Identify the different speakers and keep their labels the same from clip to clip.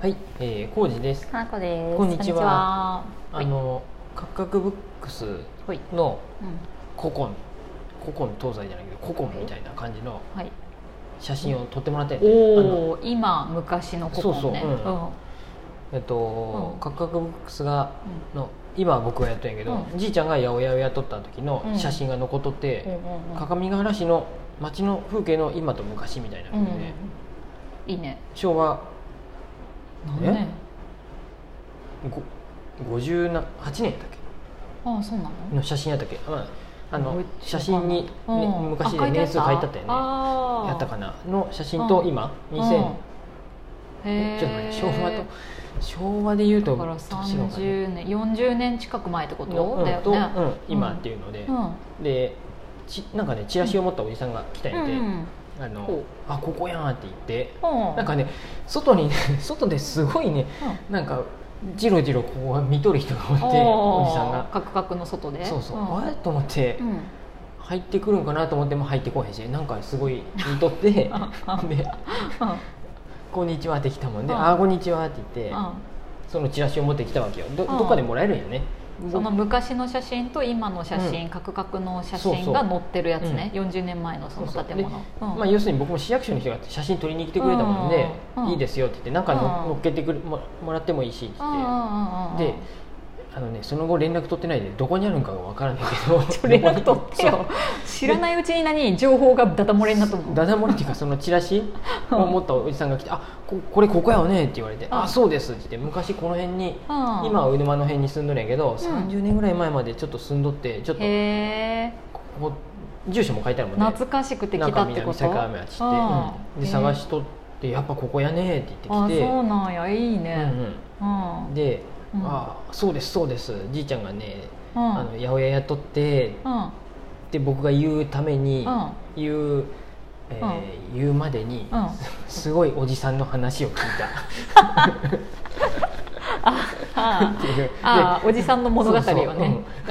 Speaker 1: はい、えー、康二です。
Speaker 2: 花子です。
Speaker 1: こんにちは
Speaker 2: こん
Speaker 1: あ
Speaker 2: にちは。
Speaker 1: の、カクカクブックス
Speaker 2: はい。
Speaker 1: の
Speaker 2: うん。
Speaker 1: 古今、古今東西じゃないけど、古今みたいな感じの
Speaker 2: はい。
Speaker 1: 写真を撮ってもらってんの
Speaker 2: おお、今昔の古今ね。
Speaker 1: そうそうえっと
Speaker 2: う、ん
Speaker 1: カクカクブックスが、
Speaker 2: うん
Speaker 1: の、今は僕がやっとんやけど、
Speaker 2: う
Speaker 1: じいちゃんが八百屋をやっとった時の
Speaker 2: うん
Speaker 1: 写真が残っとっ
Speaker 2: う
Speaker 1: て、
Speaker 2: んうんうん
Speaker 1: 各務原市の街の風景の今と昔みたいな
Speaker 2: うん
Speaker 1: 感じで、
Speaker 2: いいね。
Speaker 1: 昭和
Speaker 2: なん
Speaker 1: え
Speaker 2: ね。
Speaker 1: ご58年やったっけ
Speaker 2: ああ、そうなの。
Speaker 1: の写真やったっけ、まあ、あ
Speaker 2: 覚
Speaker 1: の
Speaker 2: えて
Speaker 1: 写真に、ね
Speaker 2: うん
Speaker 1: 昔
Speaker 2: あ
Speaker 1: で年数書いてあったよね
Speaker 2: あー
Speaker 1: やったかなの写真と
Speaker 2: うん
Speaker 1: 今
Speaker 2: うん
Speaker 1: 2000、
Speaker 2: へー
Speaker 1: ちょっとね昭和と昭和で言うと
Speaker 2: だから
Speaker 1: 年が分かんない
Speaker 2: 30年40年近く前ってこ
Speaker 1: の
Speaker 2: とだよ
Speaker 1: と、
Speaker 2: ね
Speaker 1: うん今っていうので、
Speaker 2: うん
Speaker 1: でちなんかねチラシを持ったおじさんが来たん
Speaker 2: う
Speaker 1: やで、
Speaker 2: ん
Speaker 1: あの
Speaker 2: ほう
Speaker 1: あここやんって言って
Speaker 2: うん
Speaker 1: なんかね外にね 外ですごいねなんかじろじろここを見とる人がおって
Speaker 2: うん
Speaker 1: おじさん
Speaker 2: あー
Speaker 1: が
Speaker 2: カクカクの外で
Speaker 1: そうそう、
Speaker 2: ん
Speaker 1: あれと思って、
Speaker 2: うん
Speaker 1: 入ってくるんかなと思っても入ってこへんしなんかすごい見とって で「こんにちは」って来たもんで「
Speaker 2: うん
Speaker 1: ああこんにちは」って言って
Speaker 2: うん
Speaker 1: そのチラシを持ってきたわけよど
Speaker 2: うん
Speaker 1: どっかでもらえるんよね
Speaker 2: その昔の写真と今の写真、カクカクの写真が載ってるやつね、40年前のその
Speaker 1: そうそう
Speaker 2: 建物
Speaker 1: で
Speaker 2: うん
Speaker 1: まあ、要するに僕も市役所の人が写真撮りに来てくれたもんで「
Speaker 2: うん
Speaker 1: いいですよ」って言って「なんかの
Speaker 2: うん
Speaker 1: 乗っけてくれももらってもいいし」って
Speaker 2: うんうんうんうん
Speaker 1: であのねその後連絡取ってないでどこにあるんかが分からないけど
Speaker 2: 連絡取っ て
Speaker 1: そう
Speaker 2: よ知らないうちに何情報がダダ漏れになったの
Speaker 1: ダダ漏れっていうかそのチラシを持ったおじさんが来て「あここれここやよね」って言われて「
Speaker 2: う
Speaker 1: あ
Speaker 2: ん
Speaker 1: そうです」って言って昔この辺に
Speaker 2: うん
Speaker 1: 今は上沼の辺に住んどるんやけど、30年ぐらい前までちょっと住んどってちょっと
Speaker 2: へえ
Speaker 1: ここ住所も書いてあるもんね
Speaker 2: 懐かしくて来たってこと
Speaker 1: 中南境目町って、うんで探してとってやっぱここやねって言
Speaker 2: あ
Speaker 1: ってきて
Speaker 2: そうなんやいいね
Speaker 1: う
Speaker 2: うん
Speaker 1: んうん、で、
Speaker 2: うん
Speaker 1: あそうですそうですじいちゃんがね、
Speaker 2: うん
Speaker 1: あの八百屋雇って
Speaker 2: うん
Speaker 1: で僕が言うため に、
Speaker 2: うん
Speaker 1: 言う、えー言うまでに、
Speaker 2: うん
Speaker 1: すごいおじさんの話を聞いた
Speaker 2: あ
Speaker 1: っていうで
Speaker 2: あおじさんの物語をね
Speaker 1: そうそ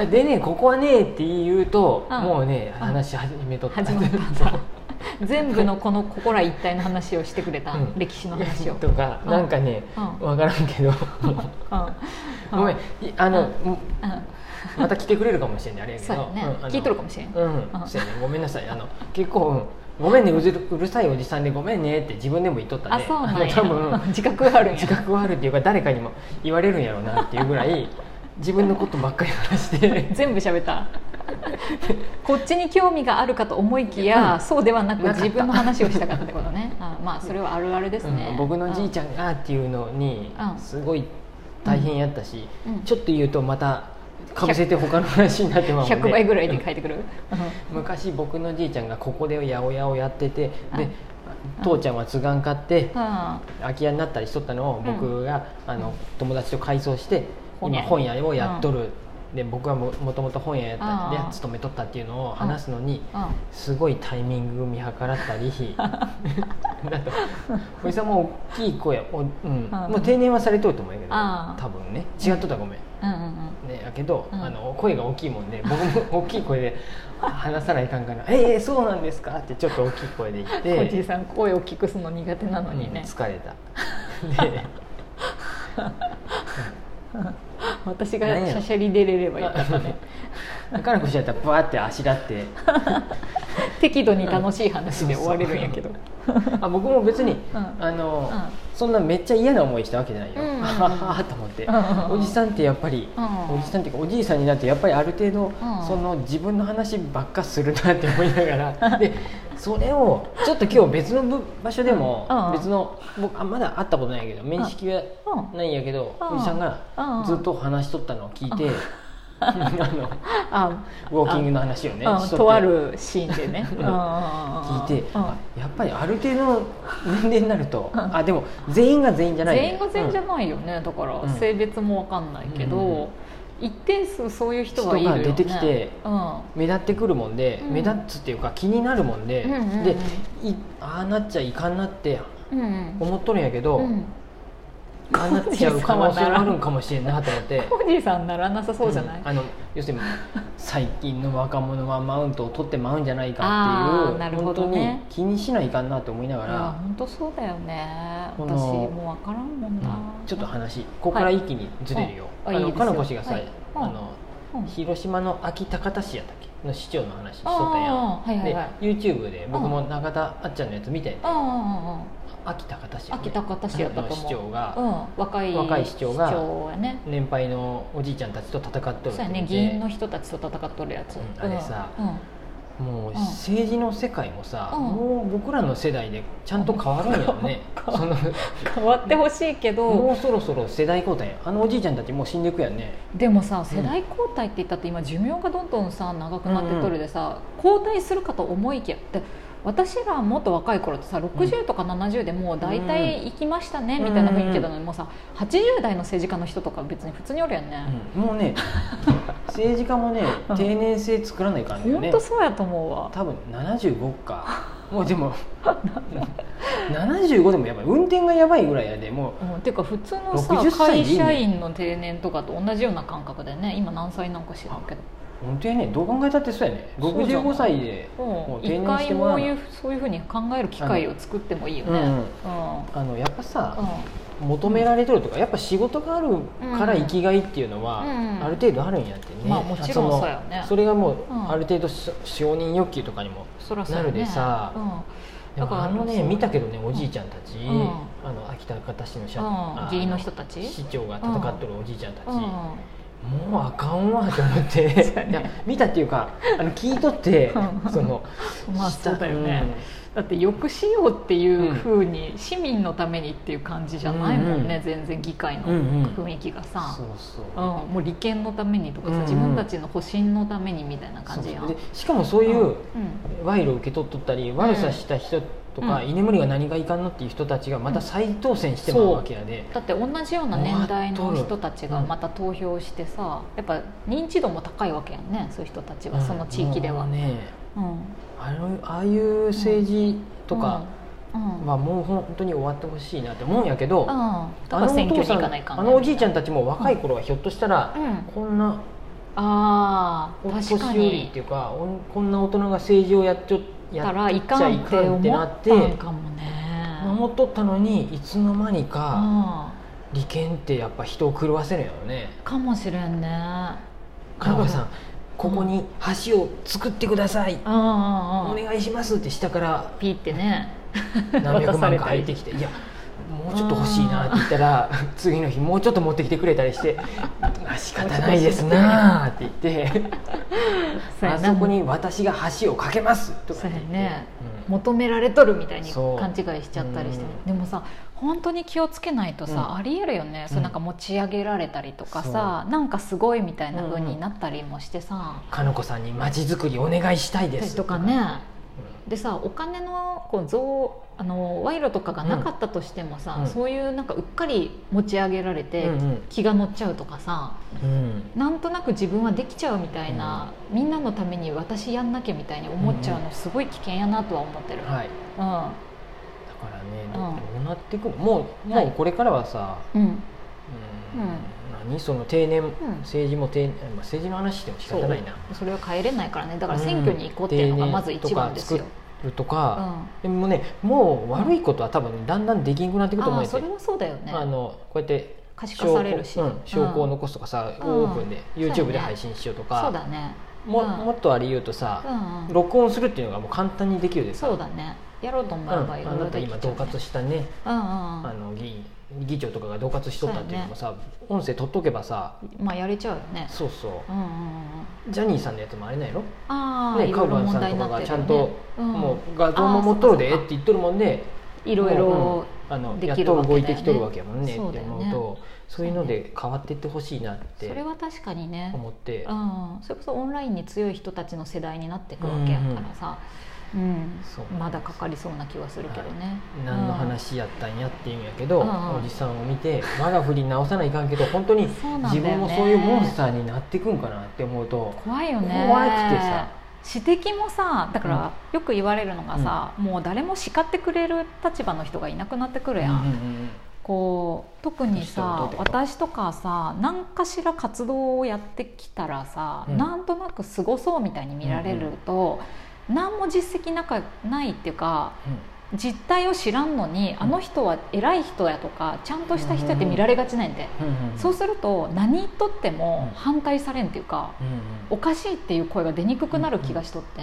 Speaker 1: ううんでねここはねって言うと、
Speaker 2: うん
Speaker 1: もうね
Speaker 2: うん
Speaker 1: 話し始めとった
Speaker 2: 始まったん
Speaker 1: そう
Speaker 2: だ全部のこのここら一体の話をしてくれた、
Speaker 1: うん
Speaker 2: 歴史の話を、
Speaker 1: とか、
Speaker 2: うん
Speaker 1: なんかね、
Speaker 2: う
Speaker 1: わからんけど
Speaker 2: うん
Speaker 1: ごめん
Speaker 2: う
Speaker 1: いあの、
Speaker 2: うん
Speaker 1: また来てくれるかもしれないあれやけど
Speaker 2: そうやね
Speaker 1: んあの
Speaker 2: 聞いとるかもしれん
Speaker 1: うん
Speaker 2: うん
Speaker 1: そうやねごめんなさいあの結構、うん、ごめんねうずるうるさいおじさんでごめんねって自分でも言っとったね
Speaker 2: あそうなんや
Speaker 1: あの 多分
Speaker 2: 自覚があるんや
Speaker 1: 自覚はあるっていうか誰かにも言われるんやろうなっていうぐらい自分のことばっかり話して
Speaker 2: 全部喋った こっちに興味があるかと思いきや、そうではなく
Speaker 1: なかった
Speaker 2: 自分の話をしたかったってことねあまあそれはあるあるですね、
Speaker 1: うん僕のじいち
Speaker 2: ゃ
Speaker 1: ゃんがっていうのに
Speaker 2: うん
Speaker 1: すごい大変やったし、
Speaker 2: うん
Speaker 1: ちょっと言うとまたかぶせて他の話になってまうもんね
Speaker 2: 100倍ぐらいで書いてくる、
Speaker 1: 昔僕のじいちゃんがここで八百屋をやってて
Speaker 2: う
Speaker 1: で
Speaker 2: ん
Speaker 1: 父ちゃんはつがん買って
Speaker 2: うんあ
Speaker 1: 空き家になったりしとったのを
Speaker 2: ん
Speaker 1: 僕が、あの友達と改装して
Speaker 2: 本屋
Speaker 1: 今本屋をやっとる、で僕はももともと本屋やったんで
Speaker 2: あー
Speaker 1: 勤めとったっていうのを話すのに、
Speaker 2: うん
Speaker 1: すごいタイミング見計らったり あとおじさんも大きい声お、うんもう定年はされとると思うんやけど
Speaker 2: あー
Speaker 1: 多分ね違っとったらごめん。
Speaker 2: うんうんうん
Speaker 1: ね、やけど、
Speaker 2: うん
Speaker 1: あの声が大きいもんで僕 も大きい声で話さないかんから「ええそうなんですか?」ってちょっと大きい声で言 って
Speaker 2: おじいさん声を大きくすの苦手なのにね
Speaker 1: うん、疲れたで
Speaker 2: 私がしゃしゃり出れればよかったね
Speaker 1: 彼の口だったらバーってあしらって
Speaker 2: 適度に楽しい話で終われるんやけど
Speaker 1: そうあ僕も別に、
Speaker 2: ん
Speaker 1: あの、
Speaker 2: う
Speaker 1: そんなめっちゃ嫌な思いしたわけじゃないよ、
Speaker 2: うんうんうん
Speaker 1: あははと思って、
Speaker 2: うんうんうん
Speaker 1: おじさんってやっぱり、
Speaker 2: うん
Speaker 1: おじさんっていうかおじいさんになってやっぱりある程度、
Speaker 2: ん
Speaker 1: その自分の話ばっかするなって思いなが らでそれをちょっと今日別のぶ場所でも、
Speaker 2: うんうん
Speaker 1: 別の僕あまだ会ったことないけど面識は
Speaker 2: うん
Speaker 1: ないんやけど、
Speaker 2: うん
Speaker 1: おじさん
Speaker 2: うんう
Speaker 1: が
Speaker 2: ん
Speaker 1: ずっと話しとったのを聞いて、 あの
Speaker 2: あ
Speaker 1: ウォーキングの話をね
Speaker 2: うん
Speaker 1: しとって
Speaker 2: とあるシーンでね、
Speaker 1: うん
Speaker 2: うん
Speaker 1: 聞いて、
Speaker 2: うん
Speaker 1: あやっぱりある程度の年齢になると、
Speaker 2: うん
Speaker 1: あでも全員が全員じゃないね、
Speaker 2: 全員が全員じゃ
Speaker 1: うん
Speaker 2: ないよね、だか
Speaker 1: う
Speaker 2: ら
Speaker 1: ん
Speaker 2: 性別も分かんないけど、
Speaker 1: うん
Speaker 2: 一定数そういう人はいるよ、ね、
Speaker 1: 人が出てきて
Speaker 2: うん、
Speaker 1: 目立ってくるもんで、
Speaker 2: うん
Speaker 1: 目立つっていうか気になるもんで、
Speaker 2: うんうんうん
Speaker 1: でいああなっちゃいかんなって
Speaker 2: うん
Speaker 1: 思っとるんやけど、
Speaker 2: うん
Speaker 1: ああなっちゃう可能性もあるんかもしれんなと思って
Speaker 2: コージーさんならなさそうじゃない、
Speaker 1: んあの要するに最近の若者はマウントを取ってまうんじゃない
Speaker 2: あ
Speaker 1: か
Speaker 2: ー
Speaker 1: っ
Speaker 2: な
Speaker 1: て
Speaker 2: る
Speaker 1: いう、
Speaker 2: ほ
Speaker 1: 本当
Speaker 2: ど
Speaker 1: に
Speaker 2: ね
Speaker 1: 気にしないかんなと思いなが
Speaker 2: いや
Speaker 1: ら、
Speaker 2: 本当そうだよね
Speaker 1: こ
Speaker 2: 私
Speaker 1: の
Speaker 2: もう分からんもんな、
Speaker 1: うんちょっと話ここから一気にずれるよ、
Speaker 2: はいあ
Speaker 1: あ
Speaker 2: いい
Speaker 1: の
Speaker 2: ですよ
Speaker 1: かのこ氏がさ、
Speaker 2: はい
Speaker 1: あの
Speaker 2: うん
Speaker 1: 広島の安芸高田市やったっけの市長の話しとったやん、
Speaker 2: あーはいはいはい
Speaker 1: で YouTube で僕も中田あっちゃんのやつ見て
Speaker 2: うんうんうんうん
Speaker 1: 秋田方市やね
Speaker 2: 安芸高田市やったと思う
Speaker 1: の市長が
Speaker 2: うん若い
Speaker 1: 若い市長が
Speaker 2: 市長やね
Speaker 1: 年配のおじいちゃんたちと戦っておるって
Speaker 2: そうやね議員の人たちと戦っとるやつ、
Speaker 1: うんあれさ
Speaker 2: うんうん
Speaker 1: もうん政治の世界もさ、
Speaker 2: うん
Speaker 1: もう僕らの世代でちゃんと変わるんやろね、
Speaker 2: うん
Speaker 1: その
Speaker 2: 変わってほしいけど、
Speaker 1: もうそろそろ世代交代やんあのおじいちゃんたちもう死んでいくやん ね
Speaker 2: でもさ世代交代って言ったって今寿命がどんどんさ長くなってとるでさ、交代するかと思いきやで私らもっと若い頃ってさ60とか70でもう大体行きましたね、
Speaker 1: うん
Speaker 2: みたいな雰囲気だのにもうさ80代の政治家の人とか別に普通におるよね、
Speaker 1: うんもうね政治家もね
Speaker 2: うん
Speaker 1: 定年制作らないから
Speaker 2: ほん、
Speaker 1: ね
Speaker 2: 本当そうやと思うわ
Speaker 1: 多分75かもうでも75でもやばい運転がやばいぐらいやでも
Speaker 2: うん、ていうか普通のさ
Speaker 1: 60歳
Speaker 2: 会
Speaker 1: でいいね
Speaker 2: 社員の定年とかと同じような感覚でね今何歳なんか知らんけど
Speaker 1: う本当やねどう考えたってそうやね
Speaker 2: そうじゃない
Speaker 1: 65歳でも
Speaker 2: も
Speaker 1: う
Speaker 2: う
Speaker 1: 定
Speaker 2: 一
Speaker 1: 年し
Speaker 2: 回
Speaker 1: てもら
Speaker 2: も
Speaker 1: う
Speaker 2: うい
Speaker 1: な
Speaker 2: うそういうふうに考える機会を作ってもいいよね
Speaker 1: うんうん
Speaker 2: うん
Speaker 1: あのやっぱさ、
Speaker 2: うん
Speaker 1: 求められてるとかやっぱ仕事があるから生きがいっていうのは、
Speaker 2: うん
Speaker 1: ある程度あるんやってね、
Speaker 2: まあもちろんそうやよ
Speaker 1: そ
Speaker 2: ね
Speaker 1: のそれがもう、
Speaker 2: うん
Speaker 1: ある程度し承認欲求とかにも
Speaker 2: そらそうや
Speaker 1: なるでさ
Speaker 2: うん
Speaker 1: で
Speaker 2: だか
Speaker 1: も
Speaker 2: ら
Speaker 1: あの
Speaker 2: そ
Speaker 1: ね
Speaker 2: う
Speaker 1: 見たけどねおじいちゃんたち、
Speaker 2: うん
Speaker 1: あの秋田方市の社、
Speaker 2: うん
Speaker 1: あ
Speaker 2: 議員の人たち
Speaker 1: 市長が戦ってるおじいちゃんたち、
Speaker 2: うん
Speaker 1: もうあかんわと思って いや見たっていうかあの聞いとって
Speaker 2: うん
Speaker 1: その
Speaker 2: まあ
Speaker 1: した
Speaker 2: そうだよね、だって抑止用っていうふうに市民のためにっていう感じじゃないも
Speaker 1: う
Speaker 2: んね、
Speaker 1: んうん
Speaker 2: 全然議会の
Speaker 1: うんうん
Speaker 2: 雰囲気が
Speaker 1: うん
Speaker 2: さ、
Speaker 1: そうそう
Speaker 2: うんもう利権のためにとかさ、
Speaker 1: うんうん
Speaker 2: 自分たちの保身のためにみたいな感じやん
Speaker 1: そうそうでしかもそういう、
Speaker 2: うん
Speaker 1: 賄賂を受け取っとったり悪さした人とか、
Speaker 2: うん
Speaker 1: 居眠りが何がいかんのっていう人たちがまた再当選してもらうわけやで、
Speaker 2: だって同じような年代の人たちがまた投票してさやっぱ認知度も高いわけやんねそういう人たちは、
Speaker 1: うん
Speaker 2: その地域で
Speaker 1: も
Speaker 2: は、
Speaker 1: うね
Speaker 2: うん、
Speaker 1: あのああいう政治とか
Speaker 2: うん、うん
Speaker 1: はもう本当に終わってほしいなって思うんやけど、
Speaker 2: うん、だ
Speaker 1: あ
Speaker 2: から
Speaker 1: のお
Speaker 2: 選挙
Speaker 1: 父さ
Speaker 2: に行
Speaker 1: ん
Speaker 2: かないかんね
Speaker 1: あのおじいちゃんたちも若い頃はひょっとしたら、
Speaker 2: うん、
Speaker 1: こんな
Speaker 2: ああ
Speaker 1: お
Speaker 2: 確
Speaker 1: 年
Speaker 2: か
Speaker 1: 寄りっ
Speaker 2: に
Speaker 1: ていうかおんこんな大人が政治をやっちょや
Speaker 2: た
Speaker 1: っ
Speaker 2: らいかんって思ったんかもね
Speaker 1: 守っとったのにいつの間にか
Speaker 2: あ
Speaker 1: 利権ってやっぱ人を狂わせるんやろね。
Speaker 2: かもしれんね
Speaker 1: かのこさんここに橋を作ってください、
Speaker 2: うんうんうん
Speaker 1: お願いしますって下から
Speaker 2: ピーってね
Speaker 1: 何百万
Speaker 2: 渡
Speaker 1: か
Speaker 2: され
Speaker 1: 入
Speaker 2: たり
Speaker 1: ってきていやもうちょっと欲しいなって言ったら次の日もうちょっと持ってきてくれたり してまあ仕方ないですなあって言ってあそこに私が橋を架けますとかって言って
Speaker 2: そうやね
Speaker 1: うん
Speaker 2: 求められとるみたいに
Speaker 1: そう
Speaker 2: 勘違いしちゃったりして、
Speaker 1: うん
Speaker 2: でもさ本当に気をつけないとさ、
Speaker 1: うん
Speaker 2: ありえるよね、そううんなんか持ち上げられたりとかさなんかすごいみたいな
Speaker 1: う
Speaker 2: 風
Speaker 1: んう
Speaker 2: に
Speaker 1: ん
Speaker 2: なったりもしてさ、
Speaker 1: かのこさんに街づくりお願いしたいです
Speaker 2: とかねでさお金のこう贈あの賄賂とかがなかったとしてもさ、
Speaker 1: うん
Speaker 2: そういうなんかうっかり持ち上げられ
Speaker 1: う
Speaker 2: て、
Speaker 1: ん
Speaker 2: 気が乗っちゃうとかさ
Speaker 1: うんうん
Speaker 2: なんとなく自分はできちゃうみたいな、みんなのために私やんなきゃみたいに思っちゃう
Speaker 1: うん
Speaker 2: のすごい危険やなとは思ってる、
Speaker 1: はい
Speaker 2: うん
Speaker 1: だからねど
Speaker 2: うん
Speaker 1: どうなっていくのもうもうこれからはさ
Speaker 2: うん
Speaker 1: うん何その定年、政治も定年、まあ、政治の話しても仕
Speaker 2: そう
Speaker 1: 方ないな
Speaker 2: それは変えれないからねだから
Speaker 1: うん
Speaker 2: 選挙に行こうっていうのがまず一番ですよ、
Speaker 1: と
Speaker 2: うん
Speaker 1: か、でもねもう悪いことは多分だんだんできんくなっていくと思
Speaker 2: あ
Speaker 1: う
Speaker 2: あ
Speaker 1: んです
Speaker 2: そ
Speaker 1: よ
Speaker 2: れはそうだよね
Speaker 1: あのこうやって
Speaker 2: 可視化されるし、
Speaker 1: 証拠うん、証拠を
Speaker 2: うん
Speaker 1: 残すとかさ、
Speaker 2: うん
Speaker 1: オープンで
Speaker 2: うん
Speaker 1: YouTube で配信しようとか
Speaker 2: そうだね
Speaker 1: も
Speaker 2: うん
Speaker 1: もっとあれ言うと
Speaker 2: う
Speaker 1: さ、
Speaker 2: んうん
Speaker 1: 録音するっていうのがもう簡単にできるでさ
Speaker 2: そうだねやろうと思
Speaker 1: う
Speaker 2: え
Speaker 1: ん
Speaker 2: ばいろ
Speaker 1: あ
Speaker 2: いろ
Speaker 1: な
Speaker 2: でき
Speaker 1: た今
Speaker 2: ちゃ
Speaker 1: 恫
Speaker 2: うね
Speaker 1: 喝したね、
Speaker 2: うんうん
Speaker 1: あの議員議長とかが恫喝しとったっていうのもさ、音声取っとけばさ
Speaker 2: うんまあやれちゃうよね
Speaker 1: そうそううん
Speaker 2: うんうん
Speaker 1: ジャニーさんのやつもあれないの
Speaker 2: ああ
Speaker 1: ね、
Speaker 2: い
Speaker 1: カ
Speaker 2: ろ
Speaker 1: ウ
Speaker 2: いろ
Speaker 1: バン
Speaker 2: 問
Speaker 1: さん
Speaker 2: 題
Speaker 1: と
Speaker 2: に
Speaker 1: か
Speaker 2: なっ
Speaker 1: が
Speaker 2: て
Speaker 1: ち
Speaker 2: る
Speaker 1: ゃ
Speaker 2: よね
Speaker 1: んと、もう画像も持っとるでって言っとるもんで
Speaker 2: いろいろ
Speaker 1: あの
Speaker 2: で
Speaker 1: やっ
Speaker 2: きるわ
Speaker 1: と
Speaker 2: けだよね
Speaker 1: 動いてきとるわけやもんねって
Speaker 2: そ
Speaker 1: 思
Speaker 2: うだよね
Speaker 1: うとそういうので変わっていってほしいなっ
Speaker 2: それ
Speaker 1: て
Speaker 2: は確かにね
Speaker 1: 思って
Speaker 2: うんそれこそオンラインに強い人たちの世代になっていくわけやからさうん
Speaker 1: そう
Speaker 2: まだかかりそうな気はするけどね
Speaker 1: 何の
Speaker 2: うん
Speaker 1: 話やったんやって言うんやけど
Speaker 2: うんうん
Speaker 1: おじさんを見て我が振り直さないかんけど本当に
Speaker 2: そうなんだよね
Speaker 1: 自分もそういうモンスターになっていくんかなって思うと
Speaker 2: 怖いよね
Speaker 1: 怖くてさ
Speaker 2: 指摘もさだからよく言われるのがさ、もう誰も叱ってくれる立場の人がいなくなってくるやん、
Speaker 1: うんうんうん
Speaker 2: ここう特に
Speaker 1: 年取るとっ
Speaker 2: さ
Speaker 1: てこと
Speaker 2: 私とかさ何かしら活動をやってきたらさ、
Speaker 1: うん
Speaker 2: なんとなくすごそうみたいに見られると、何も実績なんかないっていうか実態を知らんのにあの人は偉い人やとかちゃんとした人やって見られがちなんで、
Speaker 1: うんうんうん
Speaker 2: そうすると何とっても
Speaker 1: うん
Speaker 2: 反対されんっていうか、
Speaker 1: うん
Speaker 2: おかしいっていう声が出にくくなる気がしとって、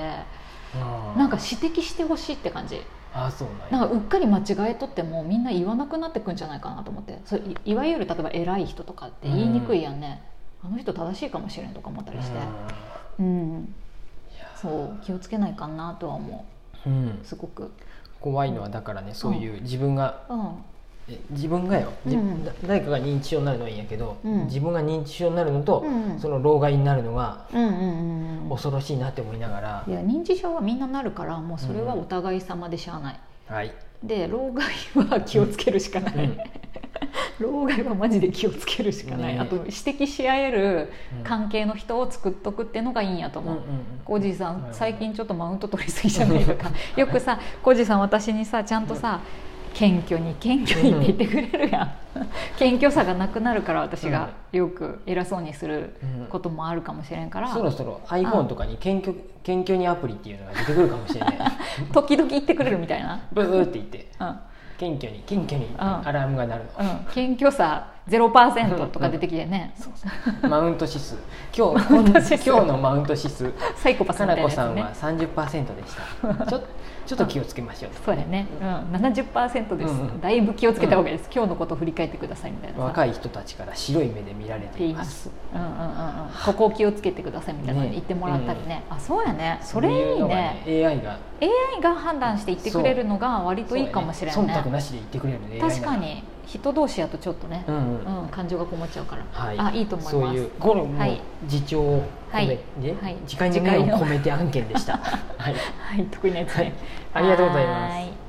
Speaker 1: うん
Speaker 2: なんか指摘してほしいって感じ。
Speaker 1: あそうなんや
Speaker 2: なんかうっかり間違えとってもみんな言わなくなってくんじゃないかなと思ってそれいいわゆる例えば偉い人とかって言いにくいやんね、あの人正しいかもしれんとか思ったりして、うんそう気をつけないかなとは思
Speaker 1: うんうん
Speaker 2: うすごく、
Speaker 1: 怖いのはだからねそういう自分が
Speaker 2: うん、
Speaker 1: え自分がよ、じ
Speaker 2: うん
Speaker 1: だ誰かが認知症になるのはいいんやけど、
Speaker 2: うん
Speaker 1: 自分が認知症になるのと、
Speaker 2: うん
Speaker 1: その老害になるのが
Speaker 2: うんうんうん
Speaker 1: 恐ろしいなって思いながら
Speaker 2: い、や認知症はみんななるからもうそれはお互い様でしゃあない、
Speaker 1: はい、
Speaker 2: で老害は気をつけるしかない、
Speaker 1: うん
Speaker 2: 老害はマジで気をつけるしかない、
Speaker 1: ね
Speaker 2: あと指摘し合える関係の人を作っとくってのがいいんやと思う、コージーさ
Speaker 1: はい
Speaker 2: ん
Speaker 1: はい
Speaker 2: 最近ちょっとマウント取りすぎじゃないと かよくさコージーさん私にさちゃんとさ謙虚に謙虚にって言ってくれるやん謙虚さがなくなるから私がよく偉そうにすることもあるかもしれんから
Speaker 1: そろそろ iPhone とかに謙虚謙虚にアプリっていうのが出てくるかもしれない
Speaker 2: 時々言ってくれるみたいな、
Speaker 1: ブーって言って
Speaker 2: うん
Speaker 1: 謙虚に謙虚にアラームが鳴る
Speaker 2: うん、謙虚さ0%とか出てきてね
Speaker 1: のマウント指数今日
Speaker 2: マウント
Speaker 1: 今
Speaker 2: 指数
Speaker 1: 日のマウント指 数
Speaker 2: サイコパス
Speaker 1: か
Speaker 2: みた
Speaker 1: ない
Speaker 2: な
Speaker 1: こ
Speaker 2: やつ
Speaker 1: さん
Speaker 2: ね
Speaker 1: は30%で したちょちょっと気をつけましょう
Speaker 2: そうやね、うん、70%です、
Speaker 1: うんうん
Speaker 2: だいぶ気をつけた方がいいです、今日のことを振り返ってくださいみたいなさ
Speaker 1: 若い人たちから白い目で見られ
Speaker 2: ってて
Speaker 1: い
Speaker 2: 言い
Speaker 1: ま
Speaker 2: ますす。うんうんうんうん。ここを気をつけてくださいみたいなの
Speaker 1: ね
Speaker 2: 言ってもらったりね。あ、そうやね。それいいね。
Speaker 1: そういうのが AI が
Speaker 2: AI が判断して言ってくれるのが割といいかもしれな
Speaker 1: そ
Speaker 2: いう
Speaker 1: ね忖度
Speaker 2: ね。
Speaker 1: なしで言ってくれるので AI なら
Speaker 2: 確かに人同士やとちょっとね
Speaker 1: う、んうん
Speaker 2: うん、感情がこもっちゃうから。
Speaker 1: はい
Speaker 2: あ、いいと思い
Speaker 1: そ
Speaker 2: ま
Speaker 1: うい
Speaker 2: す
Speaker 1: う。これも
Speaker 2: はい
Speaker 1: 自重を込めて、
Speaker 2: はい
Speaker 1: 自戒の念を
Speaker 2: 自戒の
Speaker 1: 込めて案件でしたはい
Speaker 2: はい、得意なやつ
Speaker 1: はい
Speaker 2: ね。
Speaker 1: ありがとうございます
Speaker 2: はーい